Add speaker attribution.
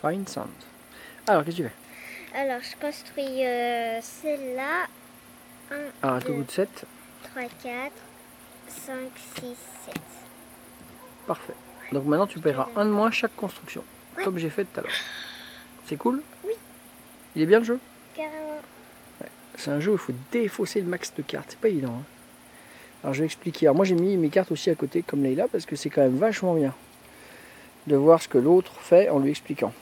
Speaker 1: Fine Sand. Alors, qu'est-ce que tu fais
Speaker 2: Alors, je construis euh, celle-là. 1,
Speaker 1: Alors, à tout
Speaker 2: 2,
Speaker 1: bout de 7,
Speaker 2: 3, 4, 5, 6, 7.
Speaker 1: parfait. Donc maintenant, tu paieras un de moins chaque construction, comme j'ai fait tout à l'heure. C'est cool
Speaker 2: Oui.
Speaker 1: Il est bien le jeu
Speaker 2: Carrément.
Speaker 1: C'est un jeu où il faut défausser le max de cartes. C'est pas évident. hein. Alors je vais expliquer. Alors moi j'ai mis mes cartes aussi à côté comme Leïla parce que c'est quand même vachement bien de voir ce que l'autre fait en lui expliquant.